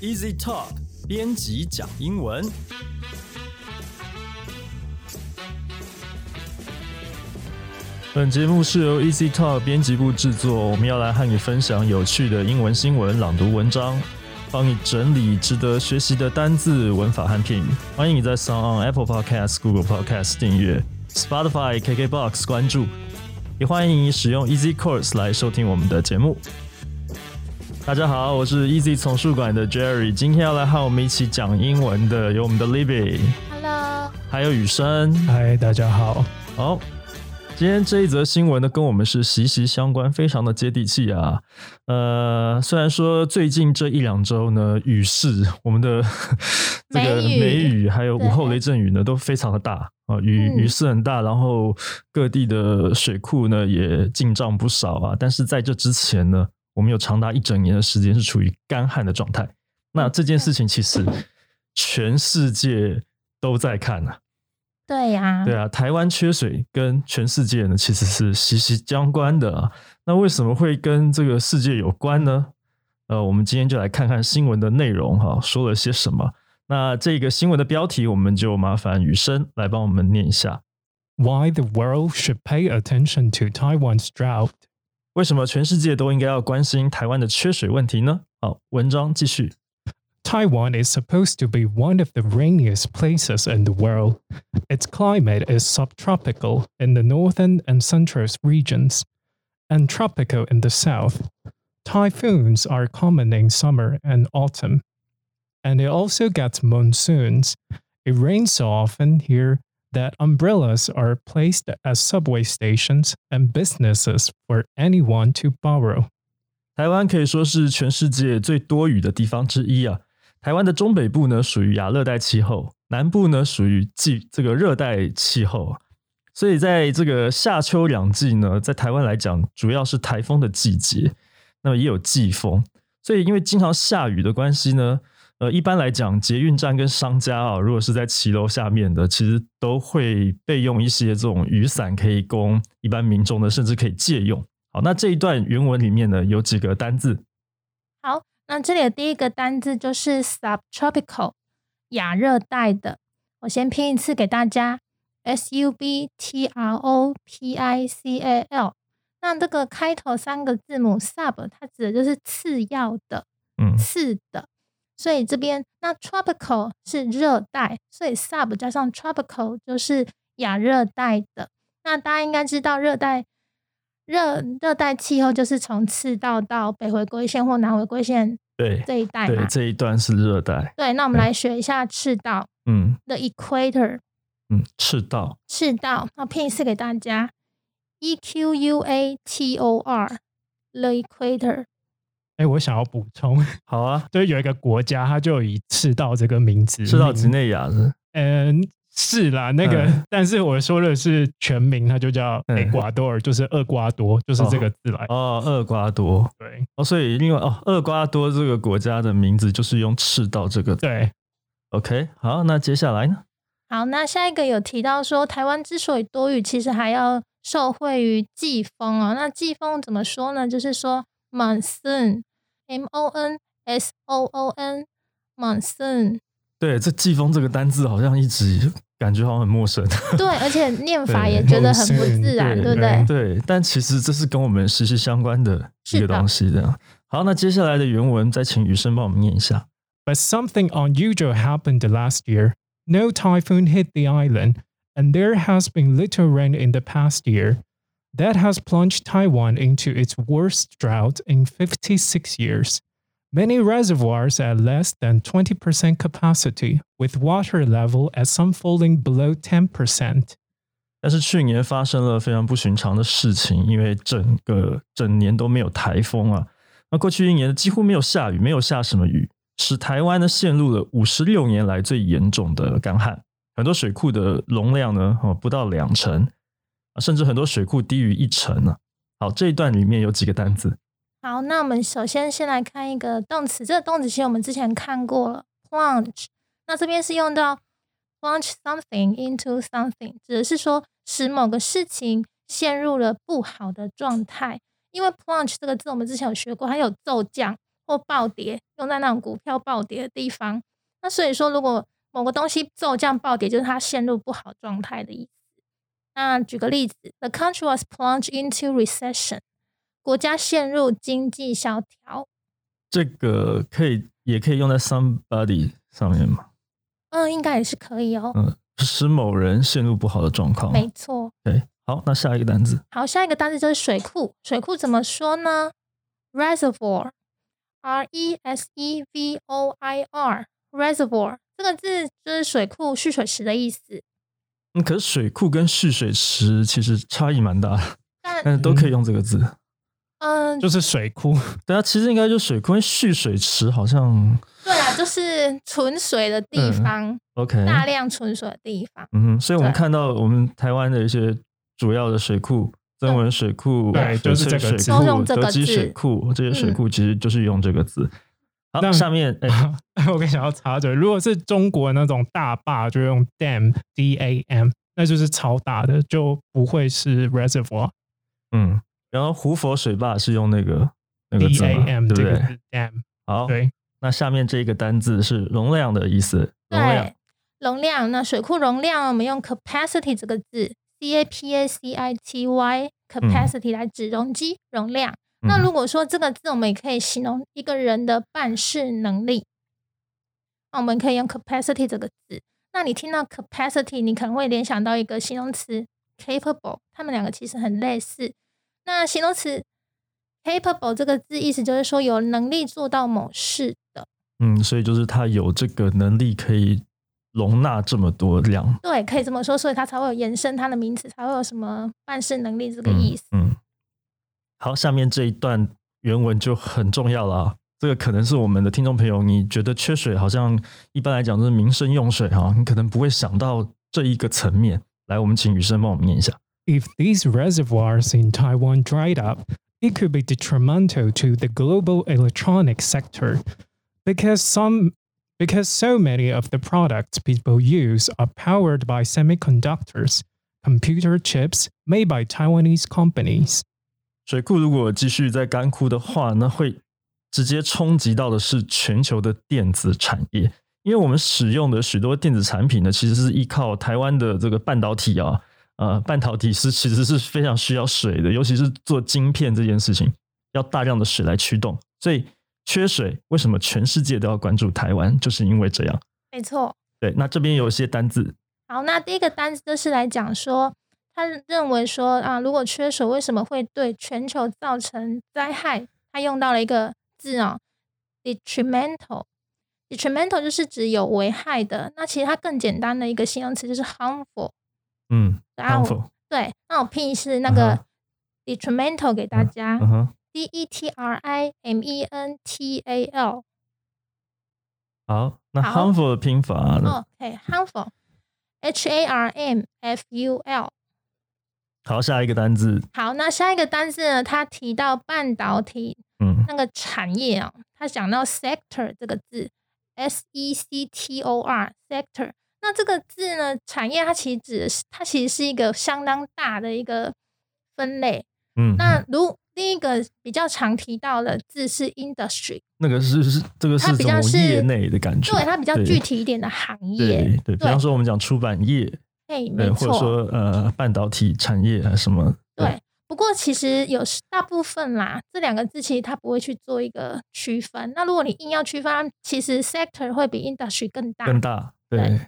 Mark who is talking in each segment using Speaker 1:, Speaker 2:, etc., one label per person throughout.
Speaker 1: Easy Talk 编辑讲英文。本节目是由 Easy Talk 编辑部制作，我们要来和你分享有趣的英文新闻、朗读文章，帮你整理值得学习的单字、文法和片语。欢迎你在 s o n on Apple Podcast、Google Podcast 订阅，Spotify、KKBox 关注，也欢迎你使用 Easy Course 来收听我们的节目。大家好，我是 Easy 丛书馆的 Jerry，今天要来和我们一起讲英文的有我们的 Libby，
Speaker 2: Hello，
Speaker 1: 还有雨生。
Speaker 3: 嗨，大家好。
Speaker 1: 好，今天这一则新闻呢，跟我们是息息相关，非常的接地气啊。呃，虽然说最近这一两周呢，雨势，我们的这个
Speaker 2: 梅雨
Speaker 1: 梅雨还有午后
Speaker 2: 对
Speaker 1: 雷阵雨呢，都非常的大啊，雨
Speaker 2: 嗯
Speaker 1: 雨势很大，然后各地的水库呢也进账不少啊。但是在这之前呢，我们有长达一整年的时间是处于干旱的状态。那这件事情其实全世界都在看啊。
Speaker 2: 对呀、
Speaker 1: 对啊，台湾缺水跟全世界呢其实是息息相关的啊。那为什么会跟这个世界有关呢？呃，我们今天就来看看新闻的内容哈、说了些什么。那这个新闻的标题，我们就麻烦雨生来帮我们念一下。
Speaker 3: Why the world should pay attention to Taiwan's drought？
Speaker 1: 为什么全世界都应该要关心台湾的缺水问题呢？好，文章继续。
Speaker 3: Taiwan is supposed to be one of the rainiest places in the world. Its climate is subtropical in the northern and central regions, and tropical in the south. Typhoons are common in summer and autumn. And it also gets monsoons. It rains so often here that umbrellas are placed at subway stations and businesses for anyone to borrow.
Speaker 1: 台湾可以说是全世界最多雨的地方之一啊。台湾的中北部呢属于亚热带气候，南部呢属于季这个热带气候，所以在这个夏秋两季呢，在台湾来讲，主要是台风的季节，那么也有季风，所以因为经常下雨的关系呢，呃，一般来讲，捷运站跟商家啊，如果是在骑楼下面的，其实都会备用一些这种雨伞，可以供一般民众呢，甚至可以借用。好，那这一段原文里面呢，有几个单字，
Speaker 2: 好，那这里的第一个单字就是 subtropical，亚热带的。我先拼一次给大家，S U B T R O P I C A L。那这个开头三个字母 sub，它指的就是次要的、
Speaker 1: 嗯，
Speaker 2: 次的。所以这边那 tropical 是热带，所以 sub 加上 tropical 就是亚热带的。那大家应该知道，热带热热带气候就是从赤道到北回归线或南回归线
Speaker 1: 对，
Speaker 2: 这一带
Speaker 1: 对
Speaker 2: 嘛。，
Speaker 1: 这一段是热带，
Speaker 2: 对，那我们来学一下赤道
Speaker 1: 嗯
Speaker 2: 的 equator，
Speaker 1: 嗯，赤道，
Speaker 2: 赤道，那拼一次给大家，e q u a t o r，the equator。
Speaker 3: 哎诶，我想要补充，
Speaker 1: 好啊，
Speaker 3: 就是有一个国家，它就以赤道这个名字，
Speaker 1: 赤道几内亚是，
Speaker 3: 嗯，是啦，那个，
Speaker 1: 嗯
Speaker 3: 但是我说的是全名，它就叫
Speaker 1: 嗯
Speaker 3: 厄瓜多尔，就是厄瓜多，就是这个字来。
Speaker 1: 哦，厄瓜多，
Speaker 3: 对
Speaker 1: 哦，所以另外哦，厄瓜多这个国家的名字就是用赤道这个
Speaker 3: 对，
Speaker 1: ，OK，好，那接下来呢？
Speaker 2: 好，那下一个有提到说，台湾之所以多雨，其实还要受惠于季风哦。那季风怎么说呢？就是说 monsoon，m o n s o o n，monsoon。
Speaker 1: 对，这季风这个单字好像一直感觉好像很陌生，
Speaker 2: 对，而且念法
Speaker 1: 对
Speaker 2: 也觉得很不自然，
Speaker 1: 对
Speaker 2: 对不对？
Speaker 1: 对，但其实这是跟我们息息相关的一个
Speaker 2: 是的
Speaker 1: 东西，这样。好，那接下来的原文再请雨生帮我们念一下。
Speaker 3: But something unusual happened last year. No typhoon hit the island, and there has been little rain in the past year. That has plunged Taiwan into its worst drought in 56 years. Many reservoirs at less than 20% capacity, with water level at some falling below 10%.
Speaker 1: 但是去年发生了非常不寻常的事情，因为整个整年都没有台风啊。那过去一年几乎没有下雨，没有下什么雨，使台湾呢陷入了五十六年来最严重的干旱。很多水库的容量呢，哦不到两成，啊甚至很多水库低于一成呢、啊。好，这一段里面有几个单字，
Speaker 2: 好，那我们首先先来看一个动词，这个动词其实我们之前看过了，plunge。那这边是用到 plunge something into something，指的是说使某个事情陷入了不好的状态。因为 plunge 这个字我们之前有学过，它有骤降或暴跌，用在那种股票暴跌的地方。那所以说，如果某个东西骤降暴跌，就是它陷入不好状态的意思。那举个例子，The country was plunged into recession，国家陷入经济萧条。
Speaker 1: 这个可以也可以用在 somebody 上面嘛？
Speaker 2: 嗯，应该也是可以哦。
Speaker 1: 嗯，使某人陷入不好的状况。
Speaker 2: 没错。
Speaker 1: 对，好，那下一个单字
Speaker 2: 好，下一个单词就是水库。水库怎么说呢？reservoir，r e s e v o i r，reservoir 这个字就是水库、蓄水池的意思。
Speaker 1: 嗯，可是水库跟蓄水池其实差异蛮大的，
Speaker 2: 但
Speaker 1: 但是都可以用这个字。
Speaker 2: 嗯、
Speaker 3: 就是水库，
Speaker 1: 对啊，其实应该就水库，因为蓄水池好像
Speaker 2: 对啊，就是存水的地
Speaker 1: 嗯
Speaker 2: 方，
Speaker 1: OK。
Speaker 2: 大量存水的地方。
Speaker 1: 嗯哼，所以我们
Speaker 2: 对
Speaker 1: 看到我们台湾的一些主要的水库，曾文水库、
Speaker 3: 对
Speaker 1: 翡翠
Speaker 3: 就是这个字
Speaker 1: 水
Speaker 2: 都用
Speaker 1: 库、
Speaker 2: 这个
Speaker 1: 德基
Speaker 2: 字
Speaker 1: 水库，这些水
Speaker 2: 嗯
Speaker 1: 库其实就是用这个字。好，
Speaker 3: 那
Speaker 1: 下面哎、
Speaker 3: 我跟想要插嘴，如果是中国那种大坝，就用 dam d a m，那就是超大的，就不会是 reservoir
Speaker 1: 嗯，然后胡佛水坝是用那个那个
Speaker 3: d
Speaker 1: 字
Speaker 3: a
Speaker 1: 嘛，对
Speaker 3: m
Speaker 1: 不
Speaker 3: 这个
Speaker 1: 对？
Speaker 3: 是 dam，
Speaker 1: 好，
Speaker 3: 对，
Speaker 1: 那下面这个单字是容量的意思，容量
Speaker 2: 对，容量。那水库容量，我们用 capacity 这个字，c a p a c i t y，capacity 来指容积、容量。那
Speaker 1: 嗯
Speaker 2: 如果说这个字，我们也可以形容一个人的办事能力，那我们可以用 capacity 这个字。那你听到 capacity，你可能会联想到一个形容词 capable，它们两个其实很类似。那形容词 capable 这个字意思就是说有能力做到某事的，
Speaker 1: 嗯，所以就是他有这个能力可以容纳这么多量，
Speaker 2: 对，可以这么说，所以它才会有延伸它的名词，才会有什么办事能力这个
Speaker 1: 嗯
Speaker 2: 意思。
Speaker 1: 嗯，好，下面这一段原文就很重要了啊。这个可能是我们的听众朋友，你觉得缺水，好像一般来讲就是民生用水哈、你可能不会想到这一个层面。来，我们请雨生帮我们念一下。
Speaker 3: If these reservoirs in Taiwan dried up, it could be detrimental to the global electronic sector because some because so many of the products people use are powered by semiconductors, computer chips made by Taiwanese companies.
Speaker 1: 水库如果继续在干枯的话，那会直接冲击到的是全球的电子产业，因为我们使用的许多电子产品呢，其实是依靠台湾的这个半导体啊，呃，半导体是其实是非常需要水的，尤其是做晶片这件事情，要大量的水来驱动，所以缺水，为什么全世界都要关注台湾，就是因为这样。
Speaker 2: 没错。
Speaker 1: 对，那这边有一些单字，
Speaker 2: 好，那第一个单词就是来讲说，他认为说啊，如果缺水为什么会对全球造成灾害？他用到了一个字哦，detrimental。detrimental 就是指有危害的。那其实它更简单的一个形容词就是 harmful。
Speaker 1: 嗯，
Speaker 2: 然
Speaker 1: 康
Speaker 2: 后
Speaker 1: 否？
Speaker 2: 对，那我拼一是那
Speaker 1: 嗯
Speaker 2: 个 detrimental 给大家、
Speaker 1: 嗯哼，
Speaker 2: d e t r i m e n t a l。
Speaker 1: 好，那
Speaker 2: 好
Speaker 1: harmful 的拼法呢？
Speaker 2: 哦，可以 harmful，H A R M F U L。
Speaker 1: 好，下一个单字，
Speaker 2: 好，那下一个单字呢？它提到半导体
Speaker 1: 嗯
Speaker 2: 那个产业啊、哦，它讲到 sector 这个字，S E C T O R sector。那这个字呢，产业它其实指的是它其实是一个相当大的一个分类。
Speaker 1: 嗯，
Speaker 2: 那如第一个比较常提到的字是 industry，
Speaker 1: 那个是是这个
Speaker 2: 它
Speaker 1: 是
Speaker 2: 比
Speaker 1: 种
Speaker 2: 较是
Speaker 1: 业内的感觉，
Speaker 2: 对它比较具
Speaker 1: 对
Speaker 2: 体一点的行业
Speaker 1: 对。对，比方说我们讲出版业，
Speaker 2: 哎，没
Speaker 1: 对，或者
Speaker 2: 错。
Speaker 1: 说呃半导体产业啊什么，
Speaker 2: 对，不过其实有时大部分啦，这两个字其实它不会去做一个区分。那如果你硬要区分，它其实 sector 会比 industry 更大。
Speaker 1: 更大，
Speaker 2: 对
Speaker 1: 对，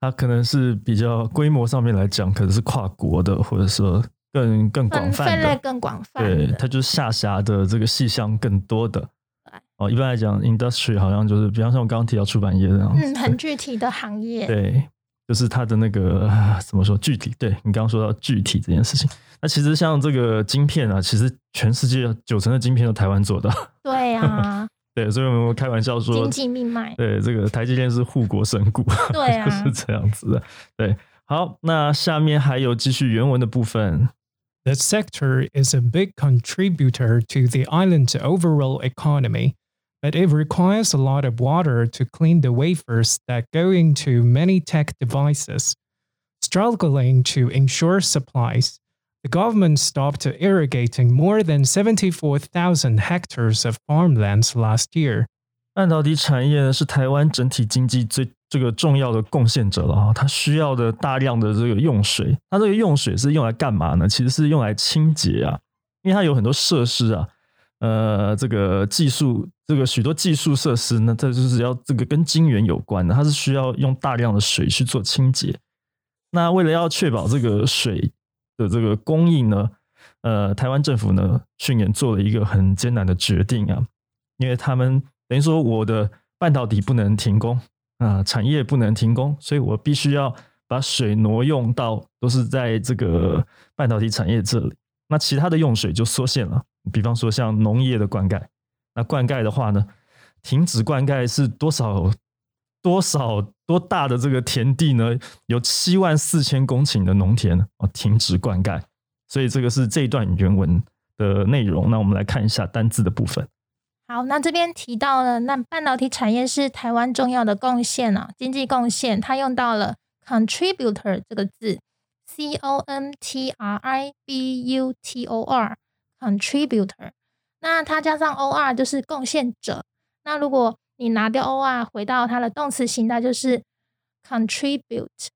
Speaker 1: 它可能是比较规模上面来讲，可能是跨国的，或者说更更广
Speaker 2: 分
Speaker 1: 泛
Speaker 2: 分类
Speaker 1: 的，
Speaker 2: 更广泛
Speaker 1: 对，
Speaker 2: 的
Speaker 1: 它就是下辖的这个细项更多的
Speaker 2: 对。
Speaker 1: 哦，一般来讲，industry 好像就是，比方像我刚刚提到出版业这样子，
Speaker 2: 嗯，很具体的行 业。
Speaker 1: 对，就是它的那个啊怎么说具体？对你刚刚说到具体这件事情，那其实像这个晶片啊，其实全世界九成的晶片都台湾做的。
Speaker 2: 对啊，
Speaker 1: 对，所以我们开玩笑 说
Speaker 2: 经，济命脉。
Speaker 1: 对这个台积电是护国神 股，
Speaker 2: 对啊，
Speaker 1: 就是这样子的。对，好，那下面还有继续原文的部分。
Speaker 3: The sector is a big contributor to the island's overall economy, but it requires a lot of water to clean the wafers that go into many tech devices. Struggling to ensure supplies, the government stopped irrigating more than 74,000 hectares of farmlands last year.
Speaker 1: 半导体产业呢是台湾整体经济最这个重要的贡献者了哈、它需要的大量的这个用水，它这个用水是用来干嘛呢？其实是用来清洁啊，因为它有很多设施啊，呃，这个技术这个许多技术设施呢，这就是要这个跟晶圆有关的，它是需要用大量的水去做清洁。那为了要确保这个水的这个供应呢，呃，台湾政府呢去年做了一个很艰难的决定啊，因为他们等于说我的半导体不能停工啊、产业不能停工，所以我必须要把水挪用到都是在这个半导体产业这里。那其他的用水就缩限了，比方说像农业的灌溉，那灌溉的话呢，停止灌溉是多少多少多大的这个田地呢？有七万四千公顷的农田哦，停止灌溉。所以这个是这一段原文的内容。那我们来看一下单字的部分。
Speaker 2: 好，那这边提到了，那半导体产业是台湾重要的贡献啊，经济贡献，它用到了 contributor 这个字，c o n t r i b u t o r contributor，那它加上 o r 就是贡献者。那如果你拿掉 o r 回到它的动词形态，就是 contribute，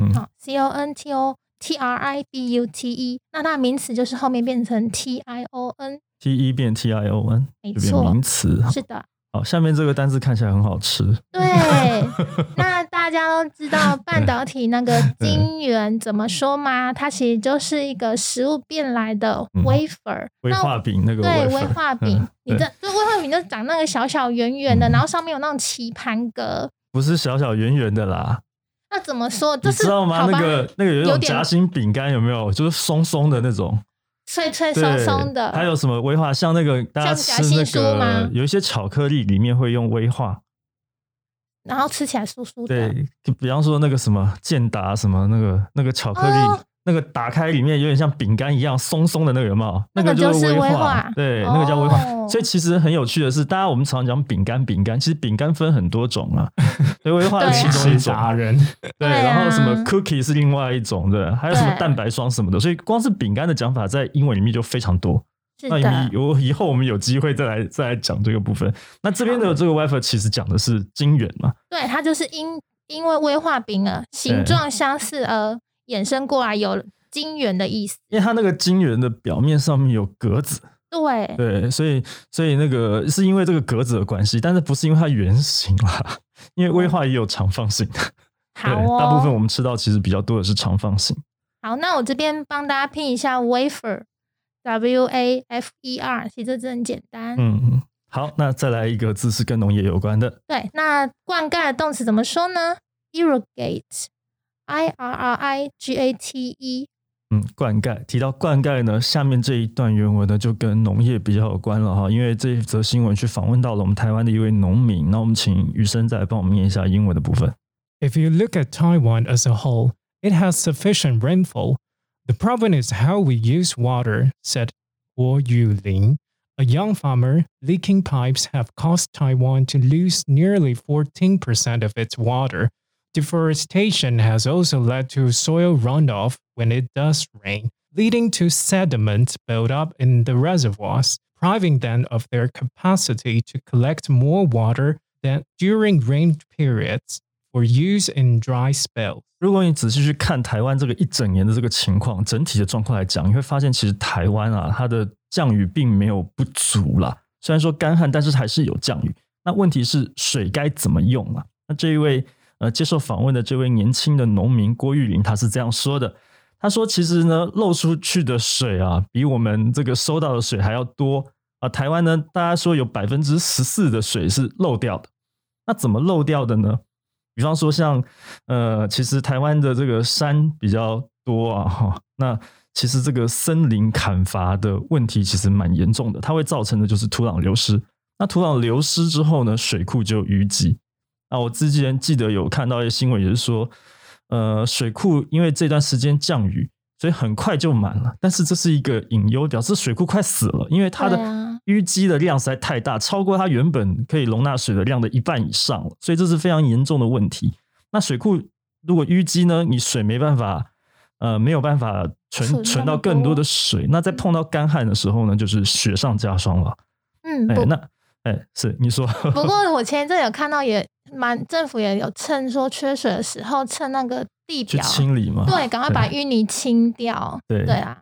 Speaker 1: 嗯
Speaker 2: 好，c o n t o t r i b u t e，那它的名词就是后面变成 t i o n，
Speaker 1: ，T E 变 T I O N，
Speaker 2: 没
Speaker 1: 就变
Speaker 2: 错
Speaker 1: 名词。
Speaker 2: 是的。
Speaker 1: 好，下面这个单字看起来很好吃。
Speaker 2: 对， 那大家都知道半导体那个晶圆怎么说吗？它其实就是一个食物变来的
Speaker 1: 嗯
Speaker 2: wafer，、
Speaker 1: 威
Speaker 2: 那
Speaker 1: 化饼那个
Speaker 2: 对威
Speaker 1: wafer
Speaker 2: 化饼
Speaker 1: 嗯，
Speaker 2: 你
Speaker 1: 对
Speaker 2: 这这威化饼就是长那个小小圆圆的，
Speaker 1: 嗯
Speaker 2: 然后上面有那种棋盘格。
Speaker 1: 不是小小圆圆的啦，
Speaker 2: 那怎么说？
Speaker 1: 你
Speaker 2: 这是
Speaker 1: 知道吗？
Speaker 2: 好吧
Speaker 1: 那个那个有一
Speaker 2: 有
Speaker 1: 种
Speaker 2: 点
Speaker 1: 夹心饼干，有没有？就是松松的那种。
Speaker 2: 脆脆
Speaker 1: 对
Speaker 2: 松松的，
Speaker 1: 还有什么威化？像那个大家
Speaker 2: 像夹
Speaker 1: 吃
Speaker 2: 心
Speaker 1: 那
Speaker 2: 酥
Speaker 1: 个
Speaker 2: 吗，
Speaker 1: 有一些巧克力里面会用威化。
Speaker 2: 然后吃起来酥酥的。
Speaker 1: 对，就比方说那个什么健达什么那个那个巧克力，
Speaker 2: 哦
Speaker 1: 那个打开里面有点像饼干一样松松的那个有没有？
Speaker 2: 那
Speaker 1: 那
Speaker 2: 个
Speaker 1: 个
Speaker 2: 就是是
Speaker 1: 威
Speaker 2: 威化
Speaker 1: 对，那个叫威化。
Speaker 2: 哦
Speaker 1: 所以其实很有趣的是，大家我们常讲饼干，饼干其实饼干分很多种 啊，所以威化
Speaker 2: 对啊
Speaker 1: 是其中一种。
Speaker 3: 人
Speaker 1: 对，
Speaker 2: 对啊
Speaker 1: 然后什么 cookie 是另外一种的，还有什么
Speaker 2: 对
Speaker 1: 蛋白霜什么的，所以光是饼干的讲法在英文里面就非常多。
Speaker 2: 是
Speaker 1: 那
Speaker 2: 的
Speaker 1: 以，我以后我们有机会再来再来讲这个部分。那这边的这个 wafer 其实讲的是晶圆嘛，
Speaker 2: 对，它就是因因为威化饼而形状相似而衍生过来有晶圆的意思。
Speaker 1: 因为它那个晶圆的表面上面有格子，
Speaker 2: 对，
Speaker 1: 对，所以所以那个是因为这个格子的关系，但是不是因为它圆形啦？ 因为威化也有长方形的，
Speaker 2: 好
Speaker 1: 对，
Speaker 2: 哦。
Speaker 1: 大部分我们吃到其实比较多的是长方形。
Speaker 2: 好，那我这边帮大家拼一下 wafer，w a f e r，其实这真的很简单。
Speaker 1: 嗯，嗯，好，那再来一个字是跟农业有关的，
Speaker 2: 对，那灌溉的动词怎么说呢？irrigate，i r r i g a t e，
Speaker 1: 嗯，灌溉。提到灌溉呢，下面这一段原文呢就跟农业比较有关了哈，因为这一则新闻去访问到了我们台湾的一位农民，那我们请雨生再来帮我们念一下英文的部分。
Speaker 3: If you look at Taiwan as a whole, it has sufficient rainfall. The problem is how we use water, said Guo Yuling, a young farmer. Leaking pipes have caused Taiwan to lose nearly 14% of its water. Deforestation has also led to soil runoff when it does rain, leading to sediment buildup in the reservoirs, priving them of their capacity to collect more water than during rain periods for use in dry spells.
Speaker 1: 如果你仔细去看台湾这个一整年的这个情况，整体的状况来讲，你会发现其实台湾啊，它的降雨并没有不足啦。虽然说干旱，但是还是有降雨。那问题是水该怎么用啊？那这一位呃接受访问的这位年轻的农民郭玉林，他是这样说的：他说，其实呢，漏出去的水啊，比我们这个收到的水还要多啊。台湾呢，大家说有百分之十四的水是漏掉的，那怎么漏掉的呢？比方说像呃，其实台湾的这个山比较多啊，哈，那其实这个森林砍伐的问题其实蛮严重的，它会造成的就是土壤流失。那土壤流失之后呢，水库就有淤积。啊，我之前记得有看到一些新闻，也是说，呃，水库因为这段时间降雨，所以很快就满了。但是这是一个隐忧，表示水库快死了，因为它的
Speaker 2: 对啊
Speaker 1: 淤积的量实在太大，超过它原本可以容纳水的量的一半以上了，所以这是非常严重的问题。那水库如果淤积呢，你水没办法呃没有办法存
Speaker 2: 存
Speaker 1: 存
Speaker 2: 那
Speaker 1: 到
Speaker 2: 么
Speaker 1: 更多
Speaker 2: 多
Speaker 1: 的水。那在碰到干旱的时候呢，就是雪上加霜了。
Speaker 2: 嗯，
Speaker 1: 哎、
Speaker 2: 不
Speaker 1: 那哎、是你说
Speaker 2: 不过我前一阵有看到也蛮政府也有趁说缺水的时候，趁那个地
Speaker 1: 去
Speaker 2: 表，
Speaker 1: 清理嘛？
Speaker 2: 对，赶快把
Speaker 1: 对
Speaker 2: 淤泥清掉。
Speaker 1: 对
Speaker 2: 对啊，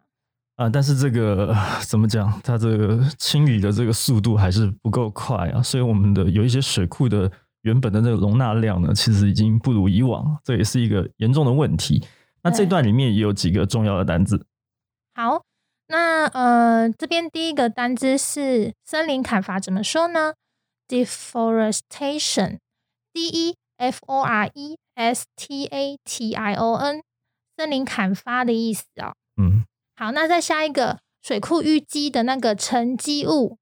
Speaker 1: 啊、但是这个呃怎么讲？它这个清理的这个速度还是不够快啊，所以我们的有一些水库的原本的那个容纳量呢，其实已经不如以往了，这也是一个严重的问题。那这
Speaker 2: 对
Speaker 1: 段里面也有几个重要的单字，
Speaker 2: 好，那呃，这边第一个单字是森林砍伐，怎么说呢？deforestation，d e f o r e s t a t i o n，森林砍伐的意思哦。
Speaker 1: 嗯，
Speaker 2: 好，那再下一个水库淤积的那个沉积物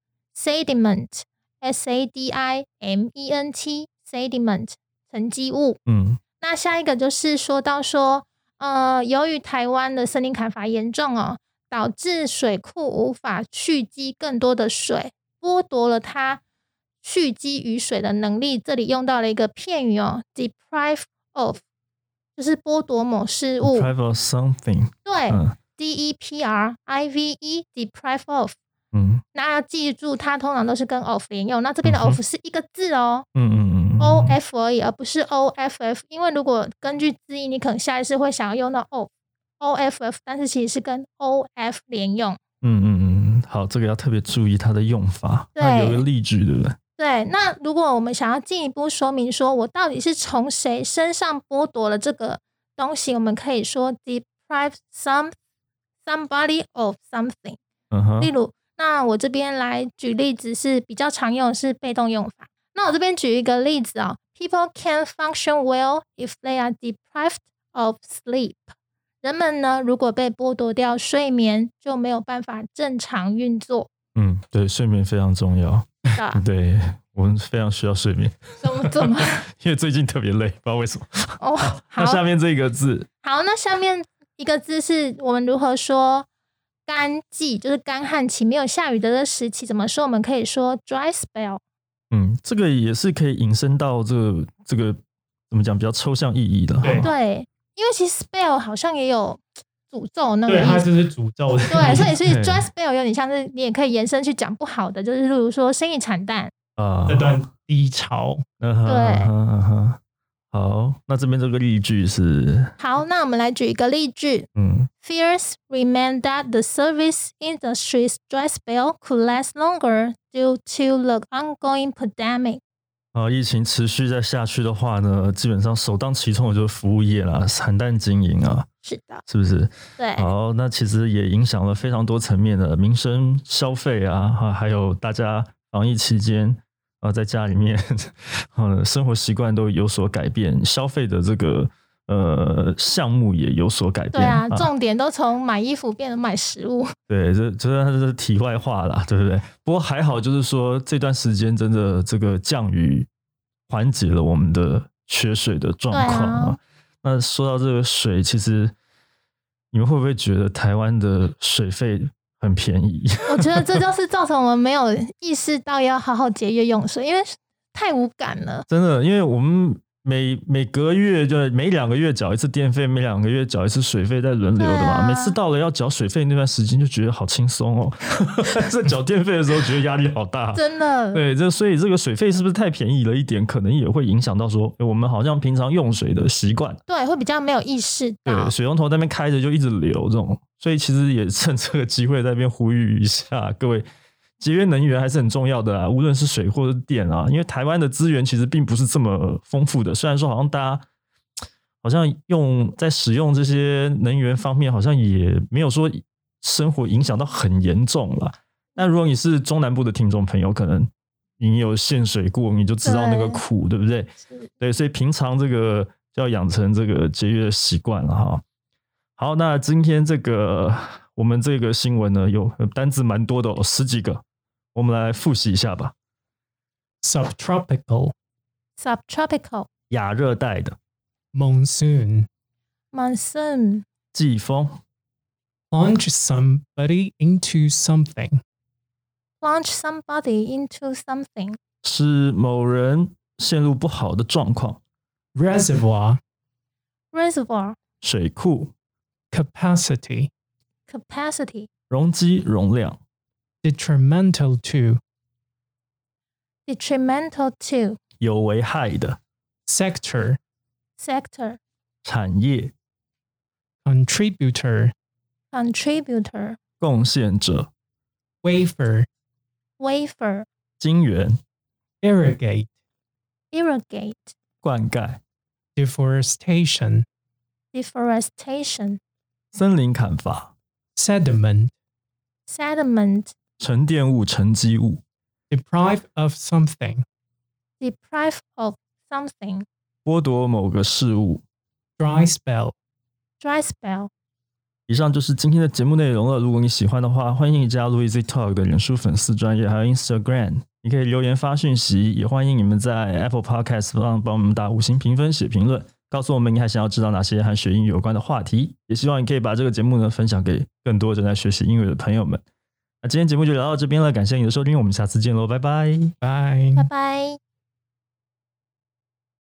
Speaker 2: sediment，s a d i m e n t sediment 沉积物。
Speaker 1: 嗯
Speaker 2: 那下一个就是说到说，呃，由于台湾的森林砍伐严重哦，导致水库无法蓄积更多的水，剥夺了它蓄积雨水的能力。这里用到了一个片语哦，deprive of，就是剥夺某事物。
Speaker 1: ，private something，
Speaker 2: 对、
Speaker 1: 嗯
Speaker 2: d e p r i v e，deprive of。
Speaker 1: 嗯
Speaker 2: 那要记住，它通常都是跟 of 连用。那这边的
Speaker 1: 嗯哼
Speaker 2: of 是一个字哦，
Speaker 1: 嗯嗯嗯
Speaker 2: O F 而已，而不是 O F F。因为如果根据字义，你可能下意识会想要用到 O O F F，但是其实是跟 O F 连用。
Speaker 1: 嗯嗯嗯，好，这个要特别注意它的用法。那有
Speaker 2: 对
Speaker 1: 个例句，对不对？
Speaker 2: 对，那如果我们想要进一步说明，说我到底是从谁身上剥夺了这个东西，我们可以说 deprive some somebody of something。
Speaker 1: 嗯哼
Speaker 2: 例，如，那我这边来举例子是比较常用的是被动用法。那我这边举一个例子哦，People can function well if they are deprived of sleep。人们呢，如果被剥夺掉睡眠，就没有办法正常运作
Speaker 1: 嗯，对，睡眠非常重要，。
Speaker 2: 的
Speaker 1: 对我们非常需要睡眠，
Speaker 2: 怎么怎么？
Speaker 1: 因为最近特别累，不知道为什么。
Speaker 2: 哦，
Speaker 1: 那
Speaker 2: 好
Speaker 1: 下面这个字，
Speaker 2: 好，那下面一个字是我们如何说干季，就是干旱期，没有下雨的这时期，怎么说？我们可以说 dry spell。
Speaker 1: 嗯，这个也是可以引申到这个这个怎么讲比较抽象意义的。
Speaker 3: 对
Speaker 1: 哈
Speaker 2: 对，因为其实 spell 好像也有诅咒那个
Speaker 3: 对，
Speaker 2: 意
Speaker 3: 它
Speaker 2: 思。
Speaker 3: 就是诅咒的。
Speaker 2: 对，所以所以
Speaker 1: 对
Speaker 2: dry spell 有点像是你也可以延伸去讲不好的，就是例如说生意惨淡，
Speaker 1: 啊，
Speaker 3: 这段低潮，
Speaker 1: 嗯哼
Speaker 2: 对
Speaker 1: 嗯哼嗯哼好，那这边这个例句是，
Speaker 2: 好，那我们来举一个例句
Speaker 1: 嗯
Speaker 2: ：Fears remain that the service industry's dry spell could last longer due to the ongoing pandemic。
Speaker 1: 啊，疫情持续再下去的话呢，基本上首当其冲的就是服务业啦，惨淡经营啊，
Speaker 2: 是的，
Speaker 1: 是不是？
Speaker 2: 对，
Speaker 1: 好，那其实也影响了非常多层面的民生消费啊，哈，还有大家防疫期间啊，在家里面， 呃，生活习惯都有所改变，消费的这个呃项目也有所改变。
Speaker 2: 对啊，重点都从买衣服变成买食物。
Speaker 1: 对，这这它是题外话啦，对不对？不过还好，就是说这段时间真的这个降雨缓解了我们的缺水的状况
Speaker 2: 对
Speaker 1: 啊
Speaker 2: 啊。
Speaker 1: 那说到这个水，其实你们会不会觉得台湾的水费很便宜？
Speaker 2: 我觉得这就是造成我们没有意识到要好好节约用水，因为太无感了。
Speaker 1: 真的，因为我们每每个月就每两个月缴一次电费，每两个月缴一次水费，在轮流的嘛。
Speaker 2: 对啊
Speaker 1: 每次到了要缴水费那段时间，就觉得好轻松 哦。 在缴电费的时候，觉得压力好大。
Speaker 2: 真的，
Speaker 1: 对，这所以这个水费是不是太便宜了一点？可能也会影响到说，诶我们好像平常用水的习惯，
Speaker 2: 对，会比较没有意识到
Speaker 1: 对，。水龙头在那边开着就一直流这种，所以其实也趁这个机会在那边呼吁一下 各位，节约能源还是很重要的啊，无论是水或者电啊，因为台湾的资源其实并不是这么丰富的，虽然说好像大家。好像用在使用这些能源方面，好像也没有说生活影响到很严重了。那如果你是中南部的听众朋友，可能你有限水过，你就知道那个
Speaker 2: 对
Speaker 1: 苦，对不对？
Speaker 2: 是
Speaker 1: 对，所以平常这个就要养成这个节约的习惯了哈。好，那今天这个我们这个新闻呢，有单字蛮多的、哦，十几个，我们来复习一下吧。
Speaker 3: subtropical
Speaker 2: subtropical
Speaker 1: 亚热带的
Speaker 3: monsoon.
Speaker 2: monsoon
Speaker 1: 季风、
Speaker 3: Plunge somebody into something.
Speaker 2: launch somebody into something
Speaker 1: 是某人陷入不好的状况，
Speaker 3: Reservoir.
Speaker 2: reservoir
Speaker 1: 水库、
Speaker 3: capacity,
Speaker 2: capacity
Speaker 1: 容积、容量、
Speaker 3: detrimental to,
Speaker 2: detrimental to
Speaker 1: 有危害的
Speaker 3: sector,
Speaker 2: sector
Speaker 1: 产业、
Speaker 3: contributor,
Speaker 2: contributor
Speaker 1: 贡献者、
Speaker 3: wafer,
Speaker 2: wafer
Speaker 1: 晶圆、
Speaker 3: irrigate,
Speaker 2: irrigate
Speaker 1: 灌溉、
Speaker 3: deforestation,
Speaker 2: deforestation
Speaker 1: 森林砍伐、
Speaker 3: sediment,
Speaker 2: sediment
Speaker 1: 沉淀物、沉积物、
Speaker 3: deprive of something,
Speaker 2: deprive of something
Speaker 1: 剥夺某个事物。
Speaker 3: dry spell.
Speaker 2: dry spell
Speaker 1: 以上就是今天的节目内容了。如果你喜欢的话，欢迎你加入 Easy Talk 的脸书粉丝专业，还有 Instagram。你可以留言发讯息，也欢迎你们在 Apple Podcast 上帮我们打五星评分、写评论，告诉我们你还想要知道哪些和学英语有关的话题。也希望你可以把这个节目呢分享给更多正在学习英语的朋友们。那今天节目就聊到这边了，感谢你的收听，我们下次见喽，拜拜。
Speaker 3: Bye.
Speaker 2: 拜拜。